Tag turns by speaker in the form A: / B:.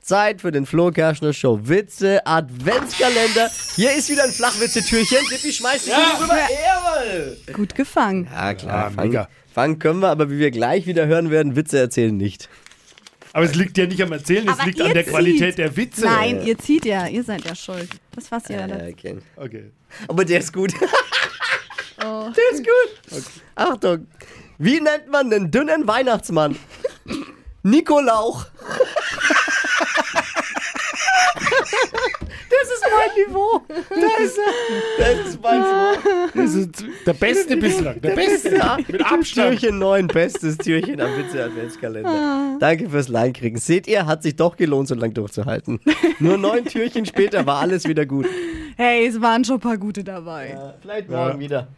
A: Zeit für den Flo Kerschner Show Witze Adventskalender. Hier ist wieder ein Flachwitze-Türchen. Tippi, schmeiß dich wieder rüber. Jawohl.
B: Gut gefangen.
A: Ja, klar.
C: Ja,
A: fangen,
C: mega.
A: fangen können wir, aber wie wir gleich wieder hören werden, Witze erzählen nicht.
C: Aber es liegt ja nicht am Erzählen, es
B: Aber
C: liegt
B: ihr
C: an der
B: zieht.
C: Qualität der Witze.
B: Nein, ihr zieht ja. Ihr seid ja schuld. Das war's ja.
A: Ja,
B: Äh,
A: okay.
C: Okay.
A: Aber der ist gut.
B: oh.
A: Der ist gut. Achtung. Wie nennt man den dünnen Weihnachtsmann? Nikolauch. Das ist mein Niveau. Da ist Ah. er. Das ist mein Niveau.
C: Das ist der Beste bislang. Der Beste.
A: Ja.
C: Mit Abstand.
A: Türchen 9, bestes Türchen am Witze Adventskalender. Danke fürs Leinkriegen. Seht ihr, hat sich doch gelohnt, so lange durchzuhalten. Nur neun Türchen später war alles wieder gut.
B: Hey, es waren schon ein paar gute dabei.
A: Äh, Vielleicht morgen wieder.